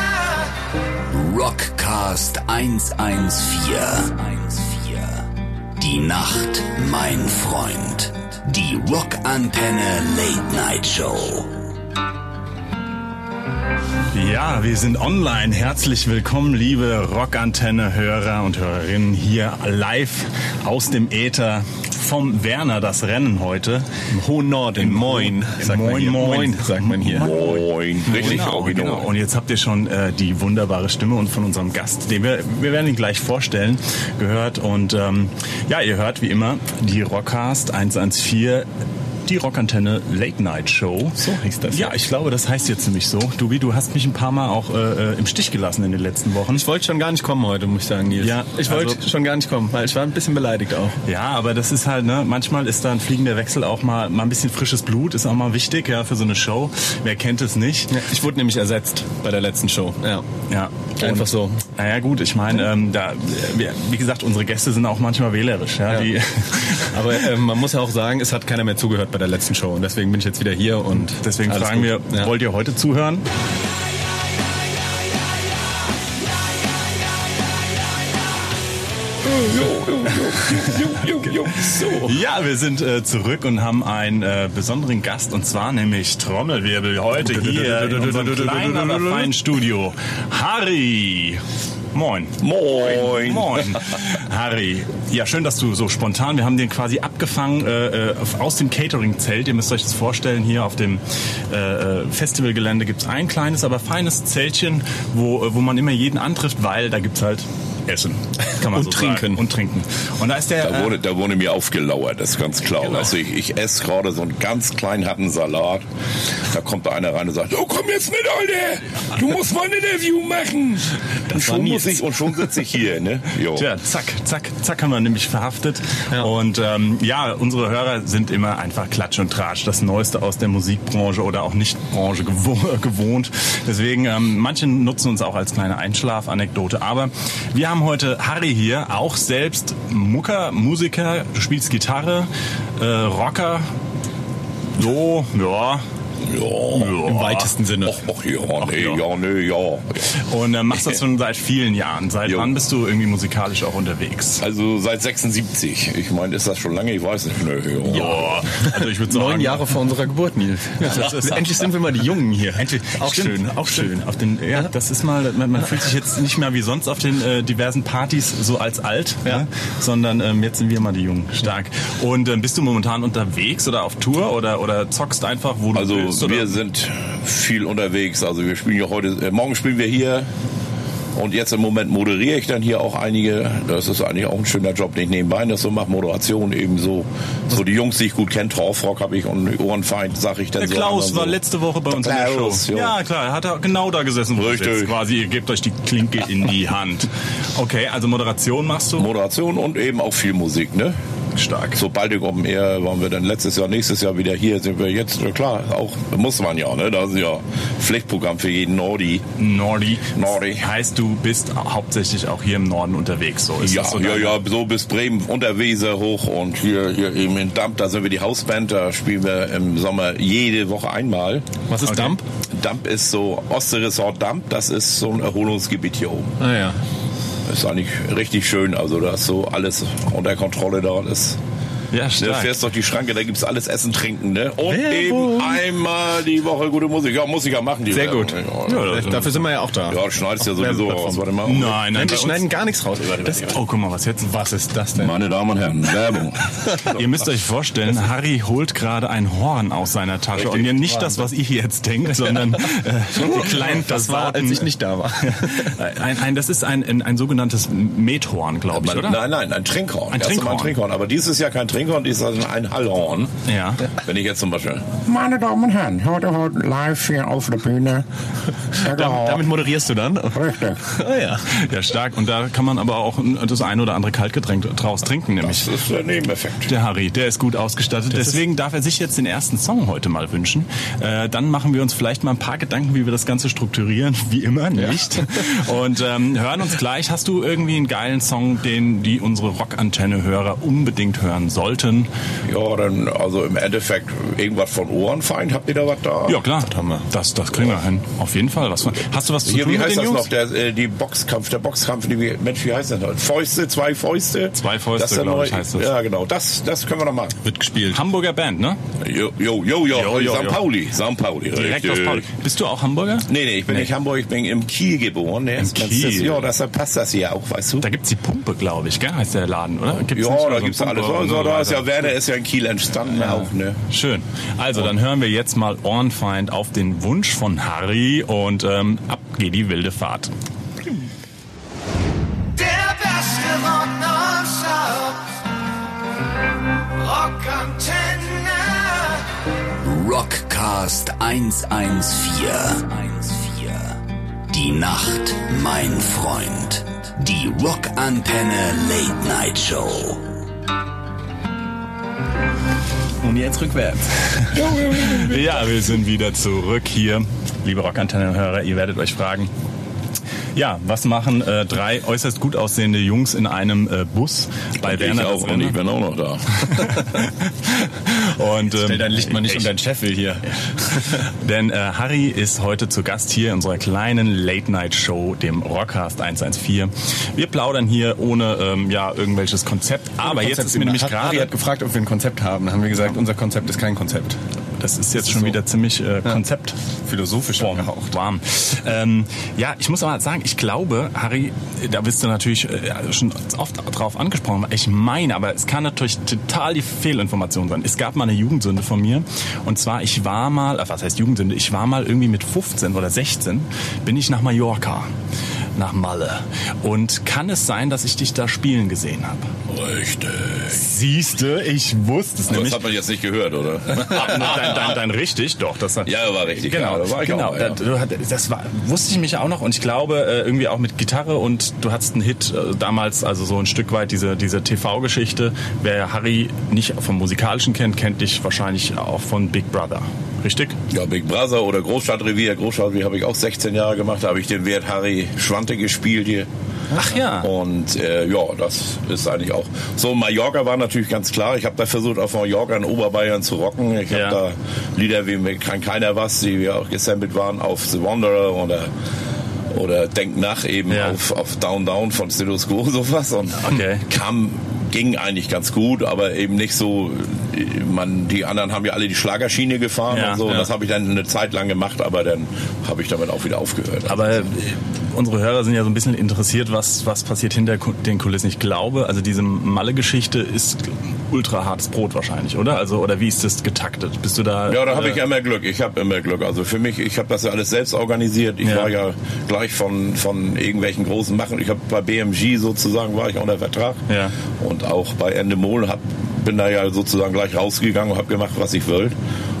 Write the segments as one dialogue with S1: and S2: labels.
S1: Antenne.
S2: Rockcast 114. Die Nacht, mein Freund. Die Rockantenne Late Night Show.
S3: Ja, wir sind online. Herzlich willkommen, liebe Rockantenne-Hörer und Hörerinnen, hier live aus dem Äther vom Werner das Rennen heute im hohen Nord. Im
S4: Moin,
S3: Im
S4: sagt man
S3: Moin,
S4: hier.
S3: Moin.
S4: sagt man hier.
S3: Moin.
S4: Richtig
S3: genau,
S4: original.
S3: Genau. Und jetzt habt ihr schon äh, die wunderbare Stimme und von unserem Gast, den wir, wir werden ihn gleich vorstellen, gehört. Und ähm, ja, ihr hört wie immer die Rockcast 114, die Rockantenne Late Night Show.
S4: So heißt das.
S3: Ja, ich glaube, das heißt jetzt nämlich so. Dubi, du hast mich ein paar Mal auch äh, äh, im Stich gelassen in den letzten Wochen.
S4: Ich wollte schon gar nicht kommen heute, muss ich sagen, Nils.
S3: Ja,
S4: ich wollte
S3: also-
S4: schon gar nicht kommen, weil ich war ein bisschen beleidigt auch.
S3: Ja, aber das ist halt, ne, manchmal ist da ein fliegender Wechsel auch mal, mal ein bisschen frisches Blut, ist auch mal wichtig, ja, für so eine Show. Wer kennt es nicht?
S4: Ich wurde nämlich ersetzt bei der letzten Show. Ja.
S3: Ja,
S4: Einfach so.
S3: Naja, gut, ich meine, ähm, da, wir, wie gesagt, unsere Gäste sind auch manchmal wählerisch. Ja,
S4: Ja.
S3: Die,
S4: Aber ähm, man muss ja auch sagen, es hat keiner mehr zugehört bei der letzten Show und deswegen bin ich jetzt wieder hier und
S3: deswegen
S4: alles
S3: fragen
S4: gut.
S3: wir,
S4: ja.
S3: wollt ihr heute zuhören? Ja, wir sind äh, zurück und haben einen äh, besonderen Gast und zwar nämlich Trommelwirbel heute hier in unserem kleinen, aber feinen Studio. Harry! Moin.
S5: Moin.
S3: Moin. Harry, ja, schön, dass du so spontan, wir haben den quasi abgefangen äh, äh, aus dem Catering-Zelt. Ihr müsst euch das vorstellen, hier auf dem äh, äh, Festivalgelände gibt's ein kleines, aber feines Zeltchen, wo, äh, wo man immer jeden antrifft, weil da gibt's halt Essen. Kann man
S4: Und
S3: so Sagen.
S4: trinken.
S3: Und trinken. Und da ist der...
S5: Da
S3: äh,
S5: wurde, da wurde mir aufgelauert, das ist ganz klar. Also ich, ich esse gerade so einen ganz kleinen harten Salat. Da kommt da einer rein und sagt, oh komm jetzt mit, Alter! Du musst mal ein Interview machen! und,
S4: war
S5: schon
S4: Nils.
S5: muss ich, und schon sitze ich hier, ne? Jo.
S3: Tja, zack, zack, zack haben wir nämlich verhaftet. Und ähm, ja, unsere Hörer sind immer einfach Klatsch und Tratsch, das Neueste aus der Musikbranche oder auch Nichtbranche gewo gewohnt. Deswegen, ähm, manche nutzen uns auch als kleine Einschlafanekdote. Aber wir haben heute Harry hier, auch selbst Mucker, Musiker, du spielst Gitarre, äh, Rocker. So, ja.
S5: Ja.
S4: im weitesten Sinne.
S5: Och, och, ja, nee,
S3: ja.
S5: ja, nee, ja.
S3: Und äh, machst das schon seit vielen Jahren. Seit
S5: Jo.
S3: wann bist du irgendwie musikalisch auch unterwegs?
S5: Also seit 76. Ich meine, ist das schon lange? Ich weiß nicht. Nee, ja.
S3: Boah, also ich würde
S4: Neun Jahre vor unserer Geburt, Nils.
S3: das ist-
S4: Endlich sind wir mal die Jungen hier.
S3: Endlich.
S4: Auch
S3: Stimmt,
S4: schön.
S3: auch schön. Auf den, ja, das ist mal, man, man fühlt sich jetzt nicht mehr wie sonst auf den äh, diversen Partys so als alt, ne? sondern ähm, jetzt sind wir mal die Jungen. Stark. Und ähm, bist du momentan unterwegs oder auf Tour oder, oder zockst einfach, wo du
S5: Also
S3: willst? Oder?
S5: wir sind viel unterwegs. Also wir spielen ja heute, äh, morgen spielen wir hier und jetzt im Moment moderiere ich dann hier auch einige. Das ist eigentlich auch ein schöner Job, den ich nebenbei das so mache. Moderation ebenso. So die Jungs, die ich gut kenne, Torfrock habe ich und Ohrenfeind, sage ich dann
S3: der
S5: so.
S3: Klaus
S5: anderen
S3: war
S5: so.
S3: letzte Woche bei uns in der
S5: Klaus,
S3: Show.
S5: jo.
S3: Ja, klar, hat er genau da gesessen, wo du
S5: Richtig.
S3: sitzt. Quasi, ihr gebt euch die Klinke in die Hand. Okay, also Moderation machst du?
S5: Moderation und eben auch viel Musik, ne?
S3: Stark.
S5: So Baltic Open Air waren wir dann letztes Jahr, nächstes Jahr wieder hier. Sind wir jetzt, ja klar, auch muss man ja, ne? Das ist ja Pflichtprogramm für jeden Nordi.
S3: Nordi.
S5: Nordi.
S3: Heißt, du bist hauptsächlich auch hier im Norden unterwegs. So ist
S5: Ja,
S3: das so
S5: ja,
S3: dein-
S5: ja, so bis Bremen unter Weser hoch und hier, hier eben in Damp, da sind wir die Hausband, da spielen wir im Sommer jede Woche einmal.
S4: Was ist
S3: Okay.
S4: Dump?
S5: Damp ist so, Osterresort Damp, das ist so ein Erholungsgebiet hier oben.
S4: Ah ja.
S5: Ist eigentlich richtig schön, also da ist so alles unter Kontrolle da. Das,
S3: Ja,
S5: ne,
S3: stark.
S5: fährst durch die Schranke, da gibt's alles Essen, Trinken, ne? Und
S4: Werbung.
S5: eben einmal die Woche gute Musik. Ja, muss ich ja machen, die
S4: Sehr gut.
S5: Werbung. Ja,
S4: Ja, dafür sind wir ja auch da.
S5: ja, du schneidest ja sowieso
S4: Werbung.
S5: raus. Warte mal.
S3: Nein, nein,
S4: Nein,
S3: bei
S4: wir
S3: uns-
S4: schneiden gar nichts raus. Das,
S3: Oh, guck mal, was jetzt. Was ist das denn?
S5: Meine Damen und Herren, Werbung.
S3: Ihr müsst euch vorstellen, Harry holt gerade ein Horn aus seiner Tasche. Und ihr nicht das, was ich jetzt denke, sondern äh, die kleinen
S4: ne? das war, als ich nicht da war.
S3: ein, ein, Das ist ein, ein, ein sogenanntes Methorn, glaube ich, oder?
S5: Also Nein, nein, ein Trinkhorn.
S3: Ein
S5: Erst
S3: Trinkhorn.
S5: einmal Ein Trinkhorn. Aber dieses Jahr kein Trinkhorn, dieses Jahr ein Hallhorn.
S3: Ja.
S5: Wenn ich jetzt zum Beispiel.
S6: Meine Damen und Herren, heute, heute live hier auf der Bühne. Der Gehau.
S4: Damit moderierst du dann. Oh
S6: Richtig.
S4: ja.
S3: Ja, stark. Und da kann man aber auch ein- das ein oder andere Kaltgetränk draus trinken, nämlich.
S5: Das ist der Nebeneffekt.
S3: Der Harry, der ist gut ausgestattet. Deswegen darf er sich jetzt den ersten Song heute mal wünschen. Äh, dann machen wir uns vielleicht mal ein paar Gedanken, wie wir das Ganze strukturieren. Wie immer nicht. Und ähm, hören uns gleich. Hast du irgendwie einen geilen Song, den die unsere Rockantenne-Hörer unbedingt hören wollten.
S5: Ja, dann also im Endeffeind irgendwas von Ohrenfeind. Habt ihr da was da?
S3: Ja, klar. Das, haben wir. das, das kriegen wir hin. Auf jeden Fall. Was, hast du was zu
S5: Hier,
S3: tun
S5: wie
S3: also mit
S5: heißt
S3: den
S5: das
S3: Jungs?
S5: noch? Der, äh, die Boxkampf, der Boxkampf, die, wir- Mensch, wie heißt das noch? Fäuste, zwei Fäuste.
S3: Zwei Fäuste,
S5: Das ist der
S3: glaub
S5: neue-
S3: ich, heißt das.
S5: Ja, genau. Das, das können wir noch machen.
S4: Wird gespielt.
S3: Hamburger Band, ne?
S5: Jo, jo, jo, jo,
S3: Jo, jo,
S5: St.
S3: jo.
S5: Pauli. St. Pauli.
S3: Direkt
S5: richtig.
S3: aus Pauli. Bist du auch Hamburger?
S5: Nee, nee, ich bin nicht Hamburg, ich bin im Kiel geboren. Ne? Das- Das,
S3: Kiel.
S5: ja, deshalb passt das hier auch, weißt du?
S3: Da gibt's die Pumpe, glaube ich, gell? Heißt der Laden, oder? Gibt's nicht
S5: ja,
S3: mehr
S5: da
S3: so
S5: gibt's
S3: einen
S5: alles.
S3: Pumpe und
S5: Also,
S3: so
S5: da ist
S3: weiter?
S5: ja Werner ist ja in Kiel entstanden auch, ne?
S3: Schön. Also, dann hören wir jetzt mal Ohrenfeind auf den Wunsch von Harry und ähm, ab geht die wilde Fahrt.
S1: Der beste Rock nonstop. Rock Antenne.
S2: Rockcast 114. Die Nacht, mein Freund. Die Rockantenne Late Night Show.
S3: Und jetzt rückwärts. ja, wir sind wieder zurück hier. Liebe Rockantennenhörer, ihr werdet euch fragen, ja, was machen äh, drei äußerst gut aussehende Jungs in einem äh, Bus bei Werner? ne? drin?
S5: bin auch noch da.
S3: Und, ähm,
S4: Stell dein Licht mal nicht
S3: ich-
S4: unter den Scheffel hier.
S3: Denn äh, Harry ist heute zu Gast hier in unserer kleinen Late-Night-Show, dem Rockcast 114. Wir plaudern hier ohne ähm, ja, irgendwelches Konzept. Aber jetzt
S4: Konzept
S3: ist mir nämlich
S4: hat- Harry
S3: gerade,
S4: hat gefragt, ob wir ein Konzept haben. Dann haben wir gesagt, unser Konzept ist kein Konzept.
S3: das ist jetzt schon wieder ziemlich äh, Konzept.
S4: Philosophisch
S3: Warm,
S4: angehaucht.
S3: warm. Ähm, ja, ich muss aber sagen, ich glaube, Harry, da bist du natürlich äh, schon oft drauf angesprochen. Ich meine, aber es kann natürlich total die Fehlinformation sein. Es gab mal eine Jugendsünde von mir. Und zwar, ich war mal, äh, was heißt Jugendsünde? Ich war mal irgendwie mit 15 oder 16, bin ich nach Mallorca, nach Malle. Und kann es sein, dass ich dich da spielen gesehen habe?
S5: Richtig.
S3: Siehste, ich wusste es
S5: Aber Das hat man jetzt nicht gehört, oder?
S3: dein, dein, dein richtig, doch. Das hat,
S5: ne? Ja, war richtig,
S3: Genau,
S5: ja, da war ich
S3: genau.
S5: auch, ja.
S3: Da- du hat- Das war, wusste ich mich auch noch und ich glaube äh, irgendwie auch mit Gitarre und du hattest einen Hit äh, damals, also so ein Stück weit diese, diese TV-Geschichte. Wer Harry nicht vom Musikalischen kennt, kennt dich wahrscheinlich auch von Big Brother. Richtig?
S5: Ja, Big Brother oder Großstadtrevier. Großstadtrevier habe ich auch 16 Jahre gemacht. Da habe ich den Wert Harry Schwante gespielt hier.
S3: Ach ja.
S5: Und äh, ja, das ist eigentlich auch. So, Mallorca war natürlich ganz klar. Ich habe da versucht, auf Mallorca in Oberbayern zu rocken. Ich habe
S3: Ja.
S5: da Lieder wie Mir kann keiner was, die wir auch gesammelt waren, auf The Wanderer oder oder Denk nach eben
S3: Ja.
S5: auf, auf Down Down von Stethoscope sowas und
S3: Okay.
S5: kam ging eigentlich ganz gut, aber eben nicht so äh, man die anderen haben ja alle die Schlagerschiene gefahren
S3: Ja,
S5: und so und
S3: ja.
S5: das habe ich dann eine Zeit lang gemacht, aber dann habe ich damit auch wieder aufgehört.
S3: Aber äh, unsere Hörer sind ja so ein bisschen interessiert, was, was passiert hinter Ku- den Kulissen. Ich glaube, also diese Malle-Geschichte ist ultra hartes Brot wahrscheinlich, oder? Also, oder wie ist das getaktet? Bist du da.
S5: Ja, da habe
S3: äh,
S5: ich immer Glück. Ich habe immer Glück. Also für mich, ich habe das ja alles selbst organisiert. Ich
S3: Ja.
S5: war ja gleich von, von irgendwelchen großen Machen. Ich habe bei BMG sozusagen war ich unter Vertrag
S3: Ja.
S5: und auch bei Endemol hab, bin da ja sozusagen gleich rausgegangen und habe gemacht, was ich will.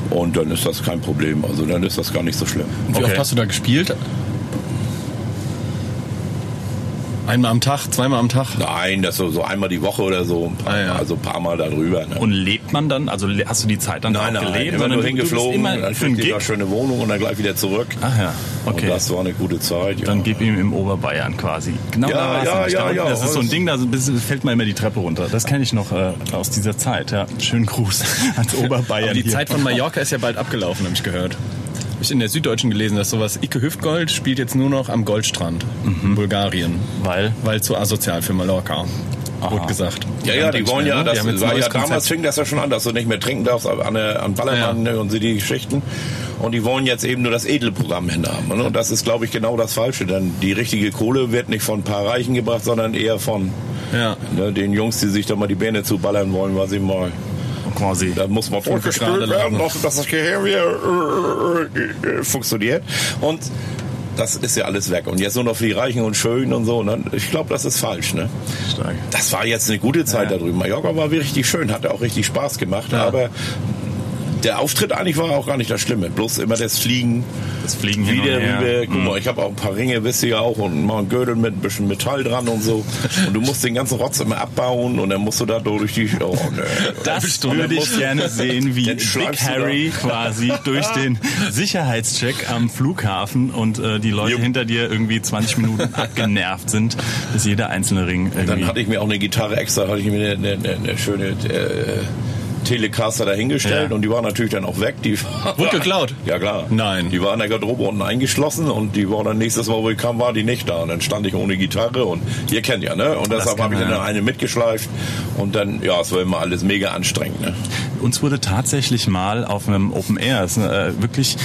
S5: Und dann ist das kein Problem. Also dann ist das gar nicht so schlimm.
S4: Wie
S3: Okay.
S4: oft hast du da gespielt? Einmal am Tag, zweimal am Tag.
S5: Nein, das so, so einmal die Woche oder so. Ein paar,
S4: Ah, ja.
S5: Also ein paar Mal darüber. Ne?
S3: Und lebt man dann? Also le- hast du die Zeit dann auch gelebt? sondern
S5: Immer nur
S3: du- du bist
S5: hingeflogen,
S3: Immer
S5: dann
S3: für einen
S5: kriegst du da
S3: Gig?
S5: schöne Wohnung und dann gleich wieder zurück.
S3: Ach ja, okay.
S5: Und das war eine gute Zeit. Ja.
S3: Dann gib ihm im Oberbayern quasi. Genau
S5: Ja,
S3: da war's
S5: ja,
S3: nämlich.
S5: ja,
S3: da unten.
S5: ja.
S3: Das ist so ein
S5: Das-
S3: Ding, da so ein bisschen- fällt man immer die Treppe runter. Das kenne ich noch äh, aus dieser Zeit. Ja. Schönen Gruß ans Oberbayern.
S4: Aber die
S3: hier.
S4: Zeit von Mallorca ist ja bald abgelaufen, habe ich gehört. Hab ich in der Süddeutschen gelesen, dass sowas Ike Hüftgold spielt jetzt nur noch am Goldstrand, in Bulgarien.
S3: Mhm. Weil?
S4: Weil zu asozial für Mallorca. Wurde gesagt.
S5: Ja, ja, die wollen ja,
S4: das
S5: das
S4: ne? haben jetzt ein
S5: war
S4: neues
S5: ja damals
S4: Konzept.
S5: fing das ja schon an, dass du nicht mehr trinken darfst aber an, der- am Ballermann ne, und sie die Geschichten. Und die wollen jetzt eben nur das Edelprogramm hinhaben. Ne? Und das ist, glaube ich, genau das Falsche. Denn die richtige Kohle wird nicht von ein paar Reichen gebracht, sondern eher von
S4: Ja.
S5: ne, den Jungs, die sich da mal die Birne zuballern wollen, weil sie mal.
S3: quasi.
S5: Da muss man
S4: gerade
S5: vorgespült werden,
S4: lagen.
S5: dass das Gehirn wieder äh, äh, äh, funktioniert. Und das ist ja alles weg. Und jetzt nur noch für die Reichen und Schönen und so. Und dann, ich glaube, das ist falsch. Ne?
S3: Stark.
S5: Das war jetzt eine gute Zeit da drüben. Mallorca war wirklich schön, hat auch richtig Spaß gemacht, aber der Auftritt eigentlich war auch gar nicht das Schlimme. Bloß immer das Fliegen.
S3: Das Fliegen hin
S5: Wieder
S3: und her. Mhm.
S5: rüber. Guck mal, ich habe auch ein paar Ringe, wisst ihr ja auch, und mal einen Gürtel mit ein bisschen Metall dran und so. Und du musst den ganzen Rotz immer abbauen und dann musst du da durch die. Oh, nee.
S3: Das
S5: Und dann
S3: würde ich
S5: musst-
S3: gerne sehen, wie
S5: Dann
S3: Big
S5: schleifst du
S3: Harry quasi durch den Sicherheitscheck am Flughafen und äh, die Leute
S5: Jupp.
S3: hinter dir irgendwie 20 Minuten abgenervt sind, bis jeder einzelne Ring
S5: Dann
S3: irgendwie...
S5: hatte ich mir auch eine Gitarre extra, hatte ich mir eine, eine, eine schöne äh, Telecaster dahingestellt
S3: Ja.
S5: und die war natürlich dann auch weg. Die
S4: Wurde geklaut?
S5: Ja klar.
S4: Nein.
S5: Die war in der Garderobe unten eingeschlossen und die war dann nächstes Mal, wo ich kam, war die nicht da. Und dann stand ich ohne Gitarre und ihr kennt ja, ne? Und deshalb
S3: kann
S5: habe ich
S3: man,
S5: dann
S3: ja.
S5: eine mitgeschleift und dann, ja, es war immer alles mega anstrengend.
S3: Hm.
S5: Ne?
S3: Uns wurde tatsächlich mal auf einem Open Air, das ist, äh, wirklich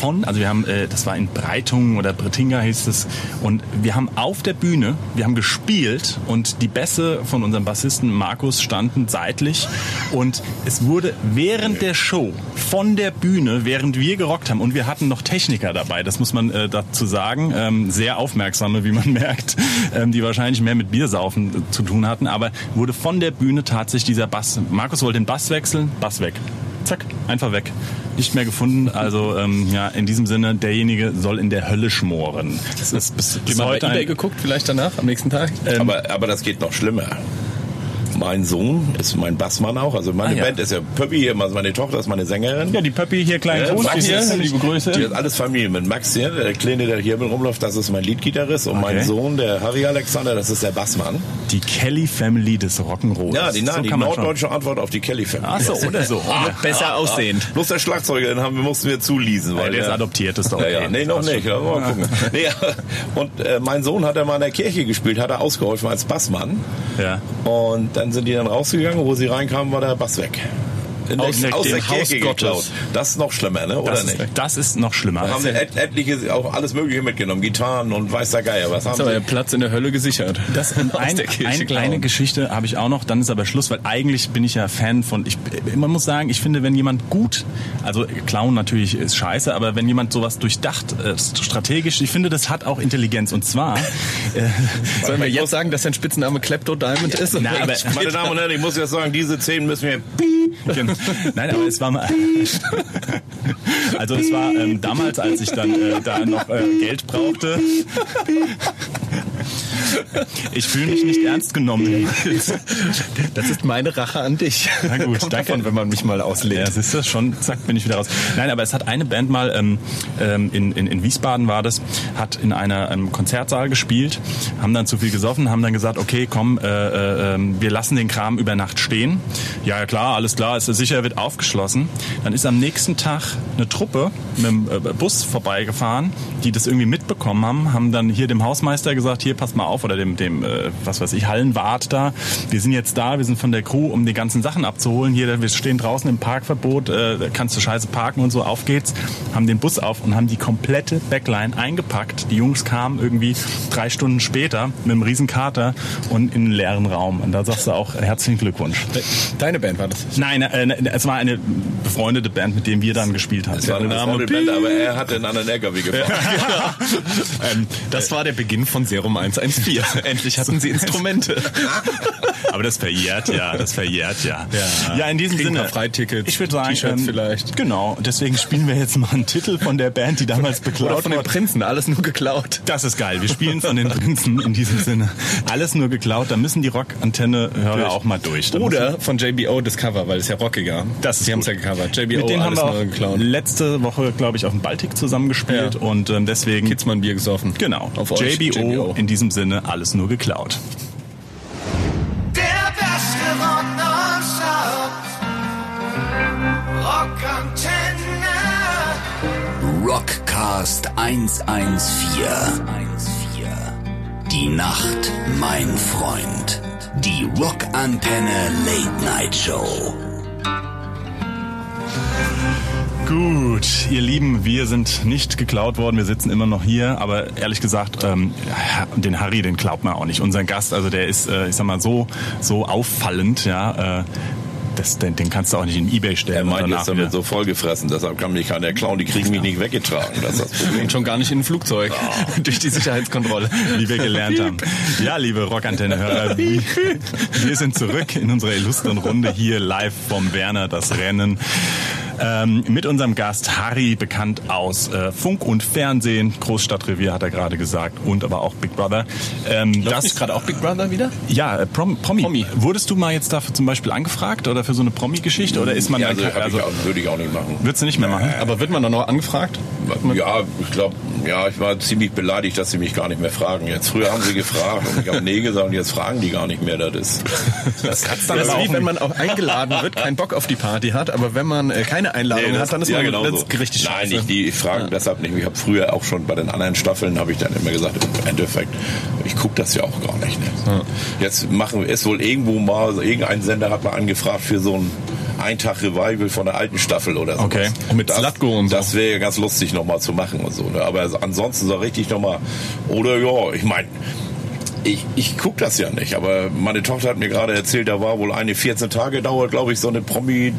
S3: von, also wir haben, äh, das war in Breitungen oder Brettinga hieß es, und wir haben auf der Bühne, wir haben gespielt und die Bässe von unserem Bassisten Markus standen seitlich und es wurde während der Show von der Bühne, während wir gerockt haben und wir hatten noch Techniker dabei, das muss man äh, dazu sagen, ähm, sehr aufmerksame, wie man merkt, ähm, die wahrscheinlich mehr mit Biersaufen äh, zu tun hatten, aber wurde von der Bühne tatsächlich dieser Bass, Markus wollte den Bass wechseln, Bass weg. Zack, einfach weg. Nicht mehr gefunden. Also ähm, ja, in diesem Sinne, derjenige soll in der Hölle schmoren. Das ist bis, bis
S4: Mal
S3: heute
S4: bei eBay
S3: ein, Äh,
S4: geguckt, vielleicht danach, am nächsten Tag.
S5: aber, aber das geht noch schlimmer. Mein Sohn ist mein Bassmann auch, also meine
S3: Ah, ja.
S5: Band ist ja Pöppi, hier, meine Tochter ist meine Sängerin.
S3: Ja, die Pöppi hier klein groß.
S5: Max
S3: die-
S5: Äh, ist-
S3: liebe Grüße.
S5: Die hat alles Familie mit Max hier, der Kleine, der hier mit rumläuft, das ist mein Leadgitarrist und mein
S3: Okay.
S5: Sohn, der Harry Alexander, das ist der Bassmann.
S3: Die Kelly Family des Rock'n'Rolls.
S5: Ja, die, na,
S3: so
S5: die
S3: kann man schon.
S5: norddeutsche Antwort auf die Kelly Family.
S3: Ach so, oder so. Ah,
S4: Noch besser aussehend.
S5: Ah, Bloß der Schlagzeuger, den haben wir, mussten wir zuließen. Weil
S3: der ist adoptiert, ist doch
S5: Ja, ja.
S3: okay.
S5: Nee, noch
S3: Passt
S5: nicht.
S3: schon.
S5: Ja, mal gucken. Nee, und äh, mein Sohn hat er mal in der Kirche gespielt, hat er ausgeholfen als Bassmann.
S3: Ja.
S5: Und dann sind die dann rausgegangen, wo sie reinkamen, war der Bass weg. In
S3: Aus dem
S4: Haus Gottes.
S5: Das ist noch schlimmer, ne? Oder
S3: Das,
S5: nicht?
S3: ist, das ist noch schlimmer.
S5: Da haben wir et etliche, auch alles Mögliche mitgenommen. Gitarren und weiß der Geier. Was haben
S4: Ist aber der
S5: sie?
S4: Platz in der Hölle gesichert.
S3: Das und
S4: Aus
S3: ein,
S4: der Kirche
S3: eine kleine
S4: klauen.
S3: Geschichte habe ich auch noch, dann ist aber Schluss, weil eigentlich bin ich ja Fan von, ich, man muss sagen, ich finde, wenn jemand gut, also Clown natürlich ist scheiße, aber wenn jemand sowas durchdacht, äh, strategisch, ich finde, das hat auch Intelligenz und zwar, äh,
S4: Sollen wir jetzt sagen, dass dein Spitzname Klepto Diamond ist?
S3: na, aber,
S5: Meine Damen und Herren, ich muss jetzt sagen, diese Szenen müssen wir.
S3: Genau. Nein, aber es war mal. Also es war ähm, damals, als ich dann äh, da noch äh, Geld brauchte. Ich fühle mich nicht ernst genommen.
S4: das ist meine Rache an dich.
S3: Na gut,
S4: Kommt
S3: danke.
S4: davon, wenn man mich mal
S3: Ja,
S4: auslehnt.
S3: siehst du, schon, zack, bin ich wieder raus. Nein, aber es hat eine Band mal, ähm, ähm, in, in, in Wiesbaden war das, hat in einer ähm, Konzertsaal gespielt, haben dann zu viel gesoffen, haben dann gesagt, okay, komm, äh, äh, ähm, wir lassen den Kram über Nacht stehen. Ja, ja, klar, alles klar, ist sicher, wird aufgeschlossen. Dann ist am nächsten Tag eine Truppe mit dem äh, Bus vorbeigefahren, die das irgendwie mitbekommen haben, haben dann hier dem Hausmeister gesagt, hier, passt mal auf, oder dem, dem äh, was weiß ich, Hallenwart da, wir sind jetzt da, wir sind von der Crew, um die ganzen Sachen abzuholen. Hier, wir stehen draußen im Parkverbot, äh, da kannst du scheiße parken und so, auf geht's. Haben den Bus auf und haben die komplette Backline eingepackt. Die Jungs kamen irgendwie drei Stunden später mit einem riesen Kater und in einen leeren Raum. Und da sagst du auch, äh, herzlichen Glückwunsch.
S4: Deine Band war das.
S3: Nein, äh, ne, es war eine befreundete Band, mit dem wir dann gespielt haben.
S5: Es war eine
S3: Der Name-
S5: Band, aber er hatte einen anderen LKW gefahren.
S4: ähm, das war der Beginn von Serum 114. Endlich hatten sie Instrumente.
S3: Aber das verjährt ja, das verjährt ja.
S4: Ja.
S3: ja in diesem
S4: Kriegen ein
S3: Sinne.
S4: paar Freitickets,
S3: ich würde sagen,
S4: T-Shirts vielleicht.
S3: Genau, deswegen spielen wir jetzt mal einen Titel von der Band, die damals
S4: Oder
S3: beklaut
S4: von den
S3: wurde.
S4: Prinzen, alles nur geklaut.
S3: Das ist geil. Wir spielen von den Prinzen in diesem Sinne. Alles nur geklaut. Da müssen die Rockantenne-Hörer auch mal durch. Da müssen-
S4: Oder von JBO das Cover, weil es ja rockiger.
S3: Das ist
S4: sie haben es
S3: gut.
S4: ja gecovert. JBO
S3: mit denen haben
S4: alles
S3: wir
S4: nur
S3: auch
S4: geklaut.
S3: letzte Woche, glaube ich, auf dem Baltik zusammengespielt
S4: Ja.
S3: und ähm, deswegen
S4: Kids mal ein Bier gesoffen.
S3: genau.
S4: Auf euch,
S3: JBO in diesem Sinne alles nur geklaut.
S1: Der beste Rock nonstop. Rock Antenne.
S2: Rockcast 114. Die Nacht, mein Freund. Die Rockantenne Late Night Show.
S3: Gut, ihr Lieben, wir sind nicht geklaut worden, wir sitzen immer noch hier, aber ehrlich gesagt, ähm, den Harry, den glaubt man auch nicht. Unseren Gast, also der ist, äh, ich sag mal, so, so auffallend, ja, äh, das, den, den kannst du auch nicht in Ebay stellen.
S5: Er
S3: und
S5: meint,
S3: danach
S5: jetzt sind wir
S3: wieder-
S5: so vollgefressen, deshalb kann mich keiner klauen, die kriegen mich nicht weggetragen. Das ist das Problem.
S4: Und schon gar nicht in ein Flugzeug. Durch die Sicherheitskontrolle.
S3: Oh. wie wir gelernt haben. Ja, liebe Rockantenne-Hörer, wir wir sind zurück in unserer illustren Runde hier live vom Werner das Rennen. ähm, mit unserem Gast Harry, bekannt aus äh, Funk und Fernsehen, Großstadtrevier hat er gerade gesagt und aber auch Big Brother. Ähm,
S4: Läuft nicht gerade auch Big Brother wieder?
S3: ja, äh, Prom, Promi.
S4: Promi.
S3: Wurdest du mal jetzt dafür zum Beispiel angefragt oder für so eine Promi-Geschichte oder ist man
S5: Ja,
S3: dann
S5: also,
S3: kein-
S5: hab ich auch, würde ich auch nicht machen.
S3: würdest du nicht mehr machen?
S4: Aber wird man dann noch angefragt?
S5: Ja, ich glaube, ja, ich war ziemlich beleidigt, dass sie mich gar nicht mehr fragen. Jetzt früher haben sie gefragt und ich habe nee gesagt und jetzt fragen die gar nicht mehr. Das ist das hat's
S4: Das ist wie wenn man auch eingeladen wird, keinen Bock auf die Party hat, aber wenn man äh, keine Einladung hat, dann ist man das genau ist richtig
S5: genau Nein,
S4: scheiße.
S5: ich, die fragen deshalb nicht. Ich habe früher auch schon bei den anderen Staffeln habe ich dann immer gesagt, im Endeffekt, ich gucke das ja auch gar nicht. Ne? Jetzt machen wir es wohl irgendwo mal, irgendein Sender hat mal angefragt für so ein ein Tag Revival von der alten Staffel oder so.
S3: Okay. Und mit
S4: Zlatko und so.
S5: Das wäre ja ganz lustig nochmal zu machen und so. Ne? Aber ansonsten so richtig nochmal. Oder ja, ich meine, ich, ich gucke das ja nicht, aber meine Tochter hat mir gerade erzählt, da war wohl eine 14 Tage dauert, glaube ich, so eine Promi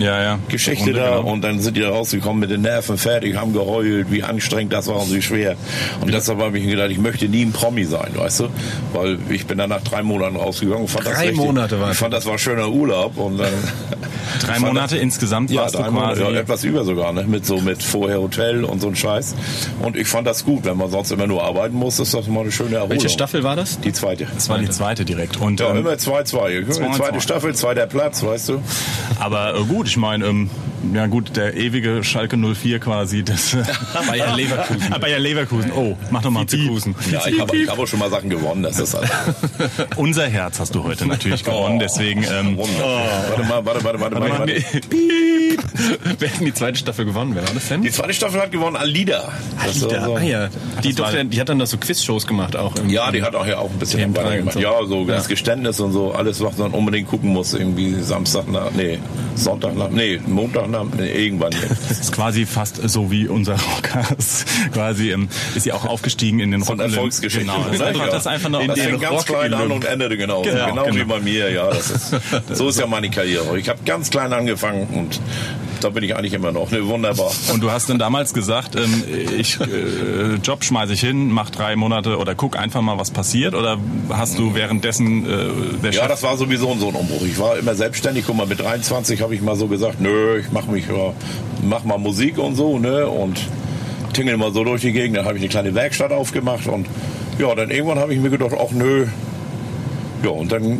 S3: Ja, ja.
S5: Geschichte da und dann sind die da rausgekommen mit den Nerven fertig, haben geheult, wie anstrengend das war und wie schwer. Und deshalb habe ich mir gedacht, ich möchte nie ein Promi sein, weißt du? Weil ich bin dann nach drei Monaten rausgegangen. Fand das
S4: Drei
S5: richtig-
S4: Monate war
S5: Ich fand, das war schöner Urlaub. Und dann
S3: Drei Monate insgesamt
S5: ja,
S3: warst du
S5: drei
S3: quasi.
S5: Monate, ja, etwas über sogar, ne? Mit so mit vorher Hotel und so ein Scheiß. Und ich fand das gut, wenn man sonst immer nur arbeiten muss, ist das mal eine schöne Erholung.
S4: Welche Staffel war das?
S5: Die zweite.
S3: das war die zweite direkt. Und,
S5: Ja,
S3: ähm,
S5: immer 2-2. Zwei, zwei.
S3: Zwei, zwei.
S5: Zweite Staffel, zweiter Platz, weißt du?
S3: Aber äh, gut, ich meine, ähm, ja gut, der ewige Schalke 04 quasi. Das, äh,
S4: Bayer Leverkusen.
S3: Ah, Bayer Leverkusen. Oh, mach doch mal Vizekusen.
S5: Ja, ich habe ich hab auch schon mal Sachen gewonnen, das ist halt- alles.
S3: Unser Herz hast du heute natürlich gewonnen, deswegen... Ähm,
S5: Oh. Wunder. Warte mal, warte, warte, warte, warte, warte.
S4: Piep. Wer hat denn die zweite Staffel gewonnen? Wer war das denn?
S5: Die zweite Staffel hat gewonnen Alida. Das war so-
S4: Ah, ja. die,
S3: war-
S4: Tochter, die hat dann noch so Quiz-Shows gemacht auch. Im
S5: Ja, die hat auch ja auch ein bisschen
S4: TM3
S5: weiter gemacht.
S4: und so.
S5: Ja, so das
S4: Ja.
S5: Geständnis und so, alles, was man unbedingt gucken muss, irgendwie Samstag nach, nee, Sonntag nach, nee, Montag nach, nee, irgendwann.
S3: das ist quasi fast so wie unser Rockers. quasi ähm, ist sie auch aufgestiegen in den
S5: Von
S3: Rock-Olymp.
S5: Erfolgsgeschichte.
S3: Genau, das ist einfach, das ist einfach eine
S5: in das fängt ganz klein an und endet genau.
S3: Genau,
S5: Genau, wie
S3: genau.
S5: bei mir, ja. Das ist, so ist ja meine Karriere. Ich habe ganz klein angefangen und da bin ich eigentlich immer noch. Ne, wunderbar.
S3: Und du hast dann damals gesagt, ähm, ich äh, Job schmeiße ich hin, mach drei Monate oder guck einfach mal, was passiert. Oder hast du währenddessen äh, der
S5: Ja,
S3: Chef
S5: das war sowieso so ein Umbruch. Ich war immer selbstständig. Guck mal, mit 23 habe ich mal so gesagt, nö, ich mach mich, ja, mach mal Musik und so, ne, und tingle mal so durch die Gegend. Dann habe ich eine kleine Werkstatt aufgemacht und ja, dann irgendwann habe ich mir gedacht, ach nö. Ja, und dann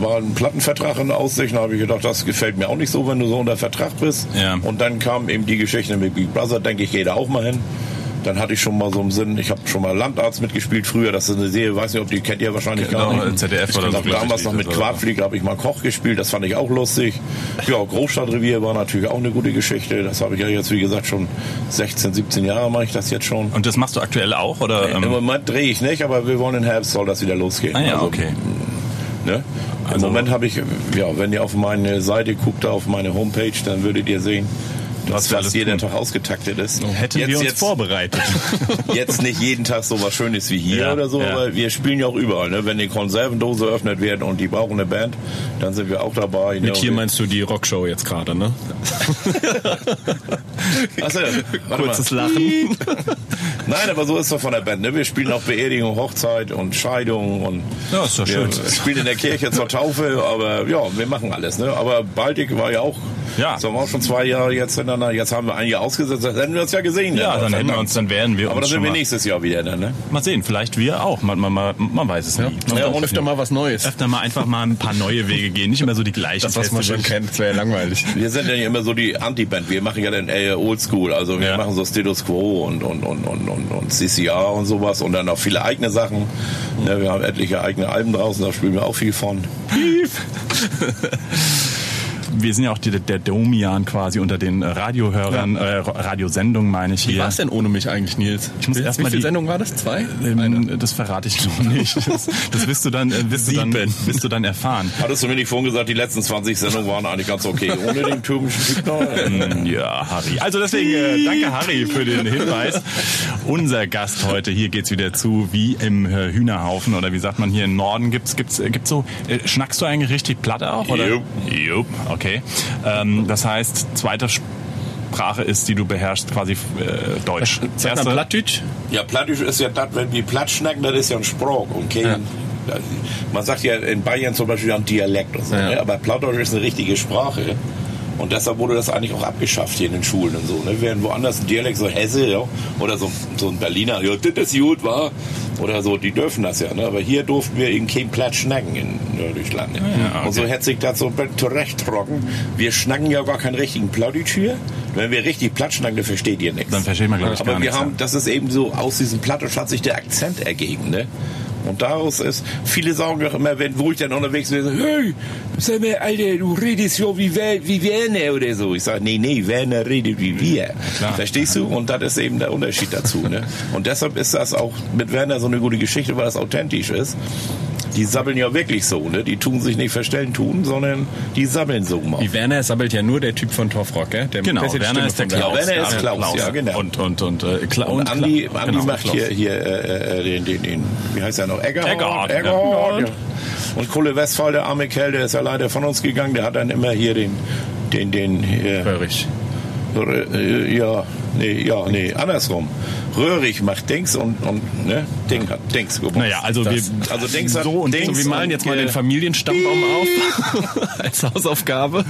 S5: war ein Plattenvertrag in Aussicht. Dann habe ich gedacht, das gefällt mir auch nicht so, wenn du so unter Vertrag bist.
S3: Ja.
S5: Und dann kam eben die Geschichte mit Big Brother, denke ich, jeder auch mal hin. Dann hatte ich schon mal so im Sinn, ich habe schon mal Landarzt mitgespielt früher, das ist eine Serie, weiß nicht, ob die kennt ihr wahrscheinlich
S3: Genau,
S5: gar nicht.
S3: ZDF
S5: ich
S3: oder so,
S5: glaub,
S3: glaub ich,
S5: Damals noch
S3: lief
S5: mit
S3: das, oder?
S5: Quartflieger habe ich mal Koch gespielt, das fand ich auch lustig. Ja, Großstadtrevier war natürlich auch eine gute Geschichte, das habe ich ja jetzt, wie gesagt, schon 16, 17 Jahre mache ich das jetzt schon.
S3: Und das machst du aktuell auch? Oder,
S5: Im
S3: ähm,
S5: Moment drehe ich nicht, aber wir wollen im Herbst, soll das wieder losgehen.
S3: ah ja, Also-
S5: Also,
S3: okay.
S5: Ne? Im Moment habe ich, ja, wenn ihr auf meine Seite guckt, da auf meine Homepage, dann würdet ihr sehen,
S3: Was
S5: dass
S3: wir
S5: das
S3: alles
S5: jeden
S3: tun.
S5: Tag ausgetaktet ist.
S3: Hätten
S5: Jetzt-
S3: wir uns
S5: jetzt-
S3: vorbereitet.
S5: jetzt nicht jeden Tag so was Schönes wie hier
S3: Ja,
S5: oder so,
S3: ja.
S5: aber wir spielen ja auch überall. Ne? Wenn die Konservendose eröffnet wird und die brauchen eine Band, dann sind wir auch dabei. ne?
S4: Mit hier
S5: Und-
S4: meinst du die Rockshow jetzt gerade, ne?
S5: Achso, warte mal.
S4: Kurzes Lachen.
S5: Nein, aber so ist doch von der Band. Ne? Wir spielen auch Beerdigung, Hochzeit und Scheidung und
S3: Ja, ist doch schön.
S5: wir spielen in der Kirche zur Taufe, aber ja, wir machen alles. Ne? Aber Baltic war ja auch,
S3: Ja.
S5: das haben wir auch schon zwei Jahre jetzt hintereinander. Jetzt haben wir ein Jahr ausgesetzt, das hätten wir uns ja gesehen. ne?
S3: Ja, dann hätten wir
S5: verdammt.
S3: uns- dann wären wir
S5: Aber
S3: uns
S5: dann sind
S3: schon
S5: wir
S3: mal-
S5: nächstes Jahr wieder dann, ne?
S3: Mal sehen, vielleicht wir auch. Man, man, man, man weiß es nie. Man
S4: Ja,
S3: weiß
S4: und
S3: es
S4: öfter
S3: nie.
S4: mal was Neues.
S3: öfter mal einfach mal ein paar neue Wege gehen, nicht immer so die gleichen. Festivals.
S4: kennt, das wäre ja langweilig.
S5: Wir sind ja nicht immer so die Anti-Band. Wir machen ja dann eher Oldschool. Also wir
S3: Ja.
S5: machen so Status Quo und, und, und, und, und, und CCR und sowas und dann auch viele eigene Sachen. Ne, wir haben etliche eigene Alben draußen, da spielen wir auch viel von.
S3: Wir sind ja auch die, der Domian quasi unter den äh, Radiohörern, äh, Radiosendungen meine ich
S4: Wie
S3: hier.
S4: war es denn ohne mich eigentlich, Nils? Ich
S3: muss erst
S4: Wie
S3: mal
S4: viel
S3: die-
S4: Sendung war das? Zwei?
S3: Ähm, das verrate ich noch nicht. Das, das wirst du dann, äh, wirst du dann,
S4: Sieben.
S3: wirst du dann erfahren.
S5: Hattest du mir nicht vorhin gesagt, die letzten 20 Sendungen waren eigentlich ganz okay. Ohne den türkischen Typ noch.
S3: Ja, Harry. Also deswegen äh, danke Harry für den Hinweis. Unser Gast heute, hier geht's wieder zu, wie im äh, Hühnerhaufen oder wie sagt man hier im Norden gibt's gibt's äh, gibt's so äh, schnackst du eigentlich richtig Platte auch oder?
S5: Jupp.
S3: Jupp, okay. Ähm, das heißt, zweite Sprache ist, die du beherrschst, quasi äh, Deutsch.
S4: Sag mal Plattdeutsch?
S5: Ja, Plattdeutsch ist ja das, wenn wir Platt schnacken, das ist ja ein Sprach. Und kein, Man sagt ja in Bayern zum Beispiel ja ein Dialekt und so,
S4: Ja.
S5: ne? aber Plattdeutsch ist eine richtige Sprache. Und deshalb wurde das eigentlich auch abgeschafft hier in den Schulen und so. Ne? Während woanders ein Dialekt, so Hesse ja, oder so, so ein Berliner, ja, das ist gut, war oder so, die dürfen das ja. Ne? Aber hier durften wir eben kein Platt schnacken in Norddeutschland. Ne? Und so hat sich das so zurecht trocken. Wir schnacken ja gar keinen richtigen Plattdeutsch hier. Wenn wir richtig Platt schnacken, dann versteht ihr nichts.
S3: Dann versteht man, glaub ich,
S5: Aber
S3: gar
S5: wir
S3: nichts,
S5: haben,
S3: ja.
S5: das ist eben so, aus diesem Plattdeutsch hat sich der Akzent ergeben. Ne? Und daraus ist, viele sagen doch immer, wenn, wo ich dann unterwegs bin, so, hey, sag mal, Alter, du redest ja wie, Wer- wie Werner oder so. Ich sage, nee, nee, Werner redet wie wir. Verstehst du? Und das ist eben der Unterschied dazu. Ne? Und deshalb ist das auch mit Werner so eine gute Geschichte, weil das authentisch ist. Die sabbeln ja wirklich so, ne? Die tun sich nicht verstellen tun, sondern die sabbeln so mal.
S4: Die Werner sabbelt ja nur der Typ von Torfrock, gell? Der
S3: Genau,
S4: das ist die
S3: Werner
S4: Stimme
S3: ist der
S4: von Werner.
S3: Klaus.
S5: Ja, Werner ist
S3: Ah,
S5: Klaus, ja, genau.
S3: Und, und, und, äh, Kla
S5: Und Andi,
S3: Kla-
S5: Andi
S3: genau,
S5: macht
S3: Klaus.
S5: hier, hier äh, äh, den, den, den, wie heißt er noch? Eggerhard.
S3: Eggerhard, ja.
S5: Eggerhard. Und Kohle Westphal, der arme Kerl, der ist ja leider von uns gegangen, der hat dann immer hier den, den, den, hier,
S4: Hörig.
S5: äh, ja, nee, ja, nee, andersrum. Röhrig macht Dings und, und ne, Ding hat Dings gebumst.
S3: Naja, also wir,
S5: Das- also Dings hat
S3: so und
S5: Dings
S4: So, wir malen jetzt mal
S5: äh,
S4: den Familienstammbaum auf als Hausaufgabe.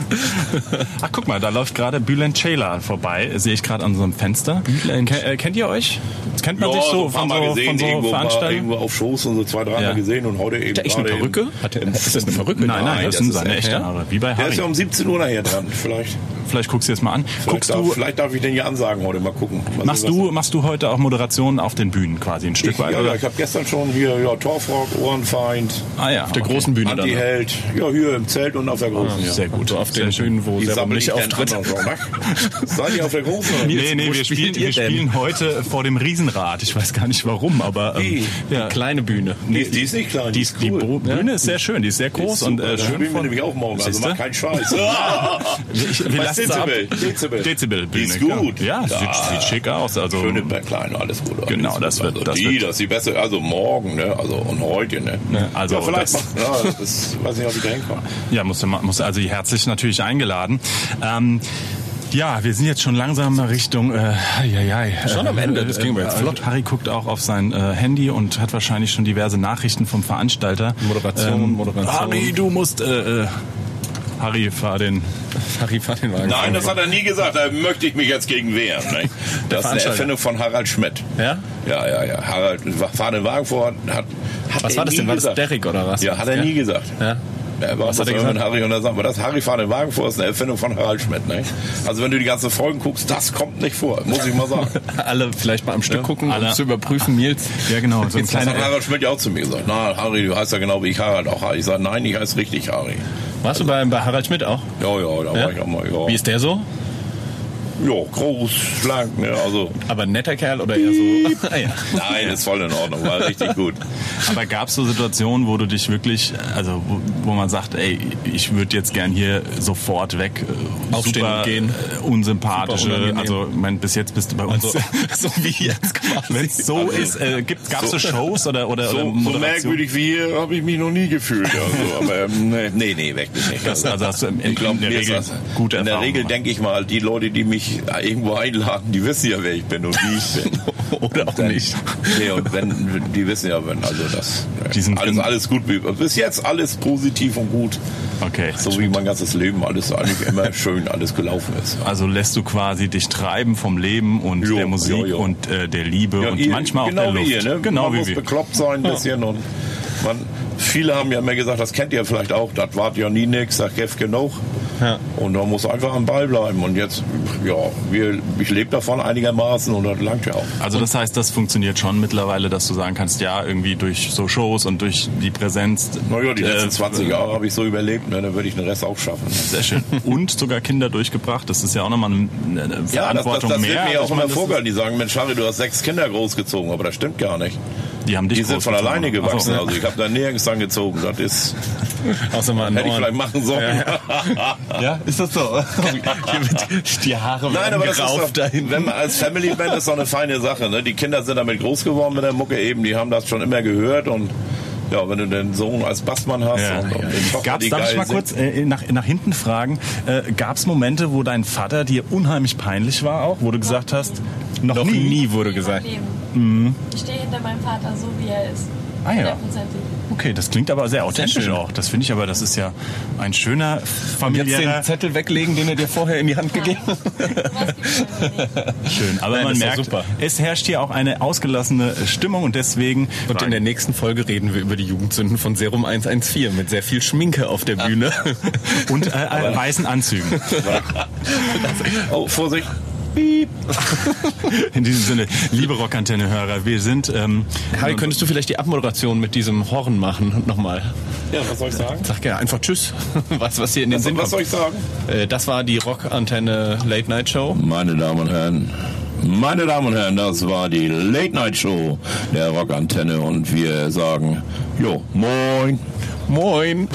S3: Ach, guck mal, da läuft gerade Bülent Ceylan vorbei, sehe ich gerade an so einem Fenster.
S4: Bülent.
S3: Ke äh, kennt ihr euch? Kennt man
S5: ja,
S3: sich so
S5: ein paar
S3: von
S5: Mal
S3: so,
S5: gesehen,
S3: von so
S5: irgendwo, mal,
S3: Veranstaltungen?
S5: irgendwo auf Schoß und so zwei, dreimal
S3: Ja.
S5: gesehen und heute eben.
S4: der echt eine
S5: gerade im-
S4: Perücke? Hat der-
S5: im-
S4: ist das eine Perücke?
S3: Nein, nein, das, sind seine echten
S4: ja?
S3: Haare. Wie bei
S5: Der ist
S3: Harry.
S5: ja um 17 Uhr nachher dran, vielleicht.
S3: Vielleicht guckst du jetzt mal an.
S5: Vielleicht
S3: Guckst
S5: darf,
S3: du,
S5: vielleicht darf ich den ja ansagen heute, mal gucken. Was
S3: machst
S5: ist das?
S3: du, machst du heute auch Moderationen auf den Bühnen quasi ein Stück
S5: Ich,
S3: weit?
S5: ja,
S3: oder?
S5: ja, ich habe gestern schon hier ja, Torfrock, Ohrenfeind,
S3: ah ja,
S4: Auf der großen Bühne dann. ne?
S5: Antiheld, ja hier im Zelt und auf der großen. ja.
S3: Ah, Sehr gut.
S4: So auf
S3: Sehr
S4: den
S3: schön.
S4: Bühnen, wo
S5: Die
S4: Serum
S5: sammle
S4: nicht
S5: ich dann
S4: auftritt.
S5: an und so, ne? Seid ihr auf der großen?
S3: Nee, nee,
S4: Wo
S3: wir,
S4: spielt
S3: spielen, wir
S4: ihr denn?
S3: spielen heute vor dem Riesenrad. Ich weiß gar nicht warum, aber ähm,
S5: Die?
S3: ja,
S4: Kleine Bühne.
S5: Die, ist- die ist nicht klein,
S3: die, ist- die Bo- Bühne ist sehr schön, die ist sehr groß und äh,
S5: das
S3: schön
S5: spielen wir
S3: von-
S5: nämlich auch morgen, also
S3: Siehste?
S5: mach keinen Scheiß.
S3: wir
S5: Was,
S3: lassen sie
S5: Dezibel?
S3: ab.
S5: Dezibel.
S3: Dezibel-Bühne.
S5: Die ist gut. Ah.
S3: Ja, ja,
S5: Ja.
S3: Sieht, sieht schick aus. Also,
S5: Schöneberg klein, alles gut. alles
S3: Genau,
S5: gut.
S3: das wird-
S5: Also
S3: das
S5: die,
S3: wird-
S5: das ist die beste. Also morgen, ne? Also und heute, ne?
S3: Ja, also
S5: ja, vielleicht.
S3: das-
S5: mal- ja, das ist, weiß nicht, ob ich da hinkomme.
S3: ja, musst du, ma- musst du also herzlich natürlich eingeladen. Ähm, ja, wir sind jetzt schon langsam mal Richtung. Äh, ja, ja,
S4: Schon am Ende, das ging aber jetzt flott.
S3: äh, Harry guckt auch auf sein äh, Handy und hat wahrscheinlich schon diverse Nachrichten vom Veranstalter. Ähm,
S4: Moderation, Moderation.
S3: Harry, du musst. Äh, äh, Harry, fahr den.
S4: Harry fahr den Wagen.
S5: Nein, das hat er nie gesagt. Da möchte ich mich jetzt gegen wehren. Ne? Das ist eine
S4: Veranstalter.
S5: Erfindung von Harald Schmidt.
S4: Ja?
S5: Ja, ja, ja. Harald fahr den Wagen vor. Hat, hat
S4: Was
S5: er
S4: war das
S5: nie
S4: denn? War das
S5: gesagt.
S4: Derrick oder was?
S5: Ja, hat er nie gesagt.
S4: Ja.
S5: Er war was
S4: hat er
S5: Mit Harry und er sagt, aber das Harry fahr den Wagen vor ist eine Erfindung von Harald Schmidt. Ne? Also wenn du die ganzen Folgen guckst, das kommt nicht vor, muss ich mal sagen.
S4: Alle vielleicht mal am Stück gucken,
S3: alle.
S4: um zu überprüfen, Nils.
S3: Ja, genau, so ein
S4: Jetzt was
S5: Das
S3: kleiner-
S5: hat Harald Schmidt ja auch zu mir gesagt. Na, Harry, du heißt ja genau wie ich Harald auch. Ich sage, nein, ich heiße richtig Harry.
S4: Warst du bei, bei Harald Schmidt auch?
S5: Ja, ja, da
S4: Ja?
S5: war ich auch mal. Ja,
S4: Wie ist der so?
S5: ja groß, schlank, ne? also...
S4: Aber ein netter Kerl oder eher so? ah, ja.
S5: Nein, ist voll in Ordnung, war richtig gut.
S3: Aber gab es so Situationen, wo du dich wirklich, also wo, wo man sagt, ey, ich würde jetzt gern hier sofort weg, äh,
S4: Aufstehen
S3: super,
S4: und gehen.
S3: äh, unsympathische,
S4: Super unangenehm.
S3: also ich mein, bis jetzt bist du bei uns.
S4: Also, so wie jetzt quasi.
S3: Wenn es
S5: Also,
S3: so ist, äh, gibt, gab's so, Shows oder oder, oder
S5: So, so
S3: Moderationen?
S5: merkwürdig wie hier habe ich mich noch nie gefühlt. Also, aber, ähm, nee, nee, nee, wirklich nicht.
S3: Das- also hast du im-
S5: ich glaub,
S3: in der
S5: mir ist
S3: Regel
S5: das-
S3: gute
S5: In der
S3: Erfahrungen
S5: Regel
S3: gemacht.
S5: denke ich mal, die Leute, die mich irgendwo einladen, die wissen ja, wer ich bin und wie ich bin.
S4: Oder auch
S5: Dann-
S4: nicht.
S5: Nee, und wenn, die wissen ja, wenn, also das.
S3: Die sind-
S5: alles, alles gut. wie- Bis jetzt alles positiv und gut.
S3: Okay.
S5: So wie mein ganzes Leben, alles eigentlich immer schön, alles gelaufen ist.
S3: Also lässt du quasi dich treiben vom Leben und
S5: Jo,
S3: der Musik
S5: jo, jo.
S3: und äh, der Liebe und
S5: ihr-
S3: manchmal
S5: genau
S3: auch der
S5: wie
S3: Luft.
S5: Ihr, ne?
S3: Genau
S5: man
S3: wie
S5: muss
S3: wir.
S5: bekloppt sein ein bisschen und man, viele haben ja immer gesagt, das kennt ihr vielleicht auch, das wart ja nie nix, das gäff genug.
S4: Ja.
S5: Und man muss einfach am Ball bleiben und jetzt, ja, wir, ich lebe davon einigermaßen und das langt ja auch.
S3: Also das heißt, das funktioniert schon mittlerweile, dass du sagen kannst, ja, irgendwie durch so Shows und durch die Präsenz.
S5: Naja, die letzten
S3: äh,
S5: 20 Jahre habe ich so überlebt, ne, dann würde ich den Rest auch schaffen.
S3: Sehr schön. Und sogar Kinder durchgebracht. Das ist ja auch nochmal eine, eine
S5: Ja, das, das,
S3: Verantwortung
S5: das
S3: mehr. Also
S5: wird mir ja auch
S3: Ich meine,
S5: immer
S3: das
S5: vorgehalten. Die sagen, Mensch, Harry, du hast sechs Kinder großgezogen, aber das stimmt gar nicht.
S3: ist- die haben dich
S5: Die sind von
S3: großgezogen.
S5: alleine gewachsen.
S3: Ach so.
S5: Also ich habe da nirgends angezogen. Das ist,
S4: Außer mal an
S5: hätte ich
S4: Ohren.
S5: vielleicht machen sollen.
S4: Ja, ist das so? Hier wird die Haare
S5: Nein,
S4: werden
S5: aber das ist
S4: gerauft
S5: doch,
S4: da hinten.
S5: wenn man als Family Band ist doch eine feine Sache. Ne? Die Kinder sind damit groß geworden mit der Mucke eben. Die haben das schon immer gehört und ja, wenn du den Sohn als Bassmann hast
S3: Ja.
S5: und, und den Tochter,
S3: Gab's,
S5: die
S3: darf
S5: geil
S3: ich mal
S5: singt.
S3: kurz äh, nach, nach hinten fragen? Äh, Gab es Momente, wo dein Vater dir unheimlich peinlich war auch, wo du gesagt hast, noch,
S4: Noch
S3: nie?
S4: nie wurde
S7: Nee,
S4: gesagt.
S6: Mhm.
S7: noch nie. Ich stehe hinter meinem Vater so, wie er ist.
S3: Ah ja.
S7: Hundertprozentig.
S3: Okay, das klingt aber sehr authentisch
S4: schön.
S3: auch. Das finde ich aber, das ist ja ein schöner
S4: Jetzt den
S3: familiärer.
S4: Zettel weglegen, den er dir vorher in die Hand gegeben hat.
S3: Schön. Aber
S4: Nein,
S3: man
S4: das ist doch
S3: merkt,
S4: super.
S3: es herrscht hier auch eine ausgelassene Stimmung und deswegen.
S4: Und in der nächsten Folge reden wir über die Jugendsünden von Serum 114 mit sehr viel Schminke auf der Bühne.
S3: und äh, äh, weißen Anzügen.
S5: Oh, Vorsicht.
S3: In diesem Sinne, liebe Rockantenne-Hörer, wir sind. Ähm,
S4: Harry, könntest du vielleicht die Abmoderation mit diesem Horn machen? Nochmal.
S5: Ja, was soll ich sagen?
S4: Sag gerne einfach Tschüss. Was, was hier in den Sinn
S5: Was,
S4: kommt.
S5: soll ich sagen?
S4: Äh, Das war die Rockantenne Late Night Show.
S5: Meine Damen und Herren, meine Damen und Herren, das war die Late Night Show der Rockantenne und wir sagen, jo, moin.
S4: Moin.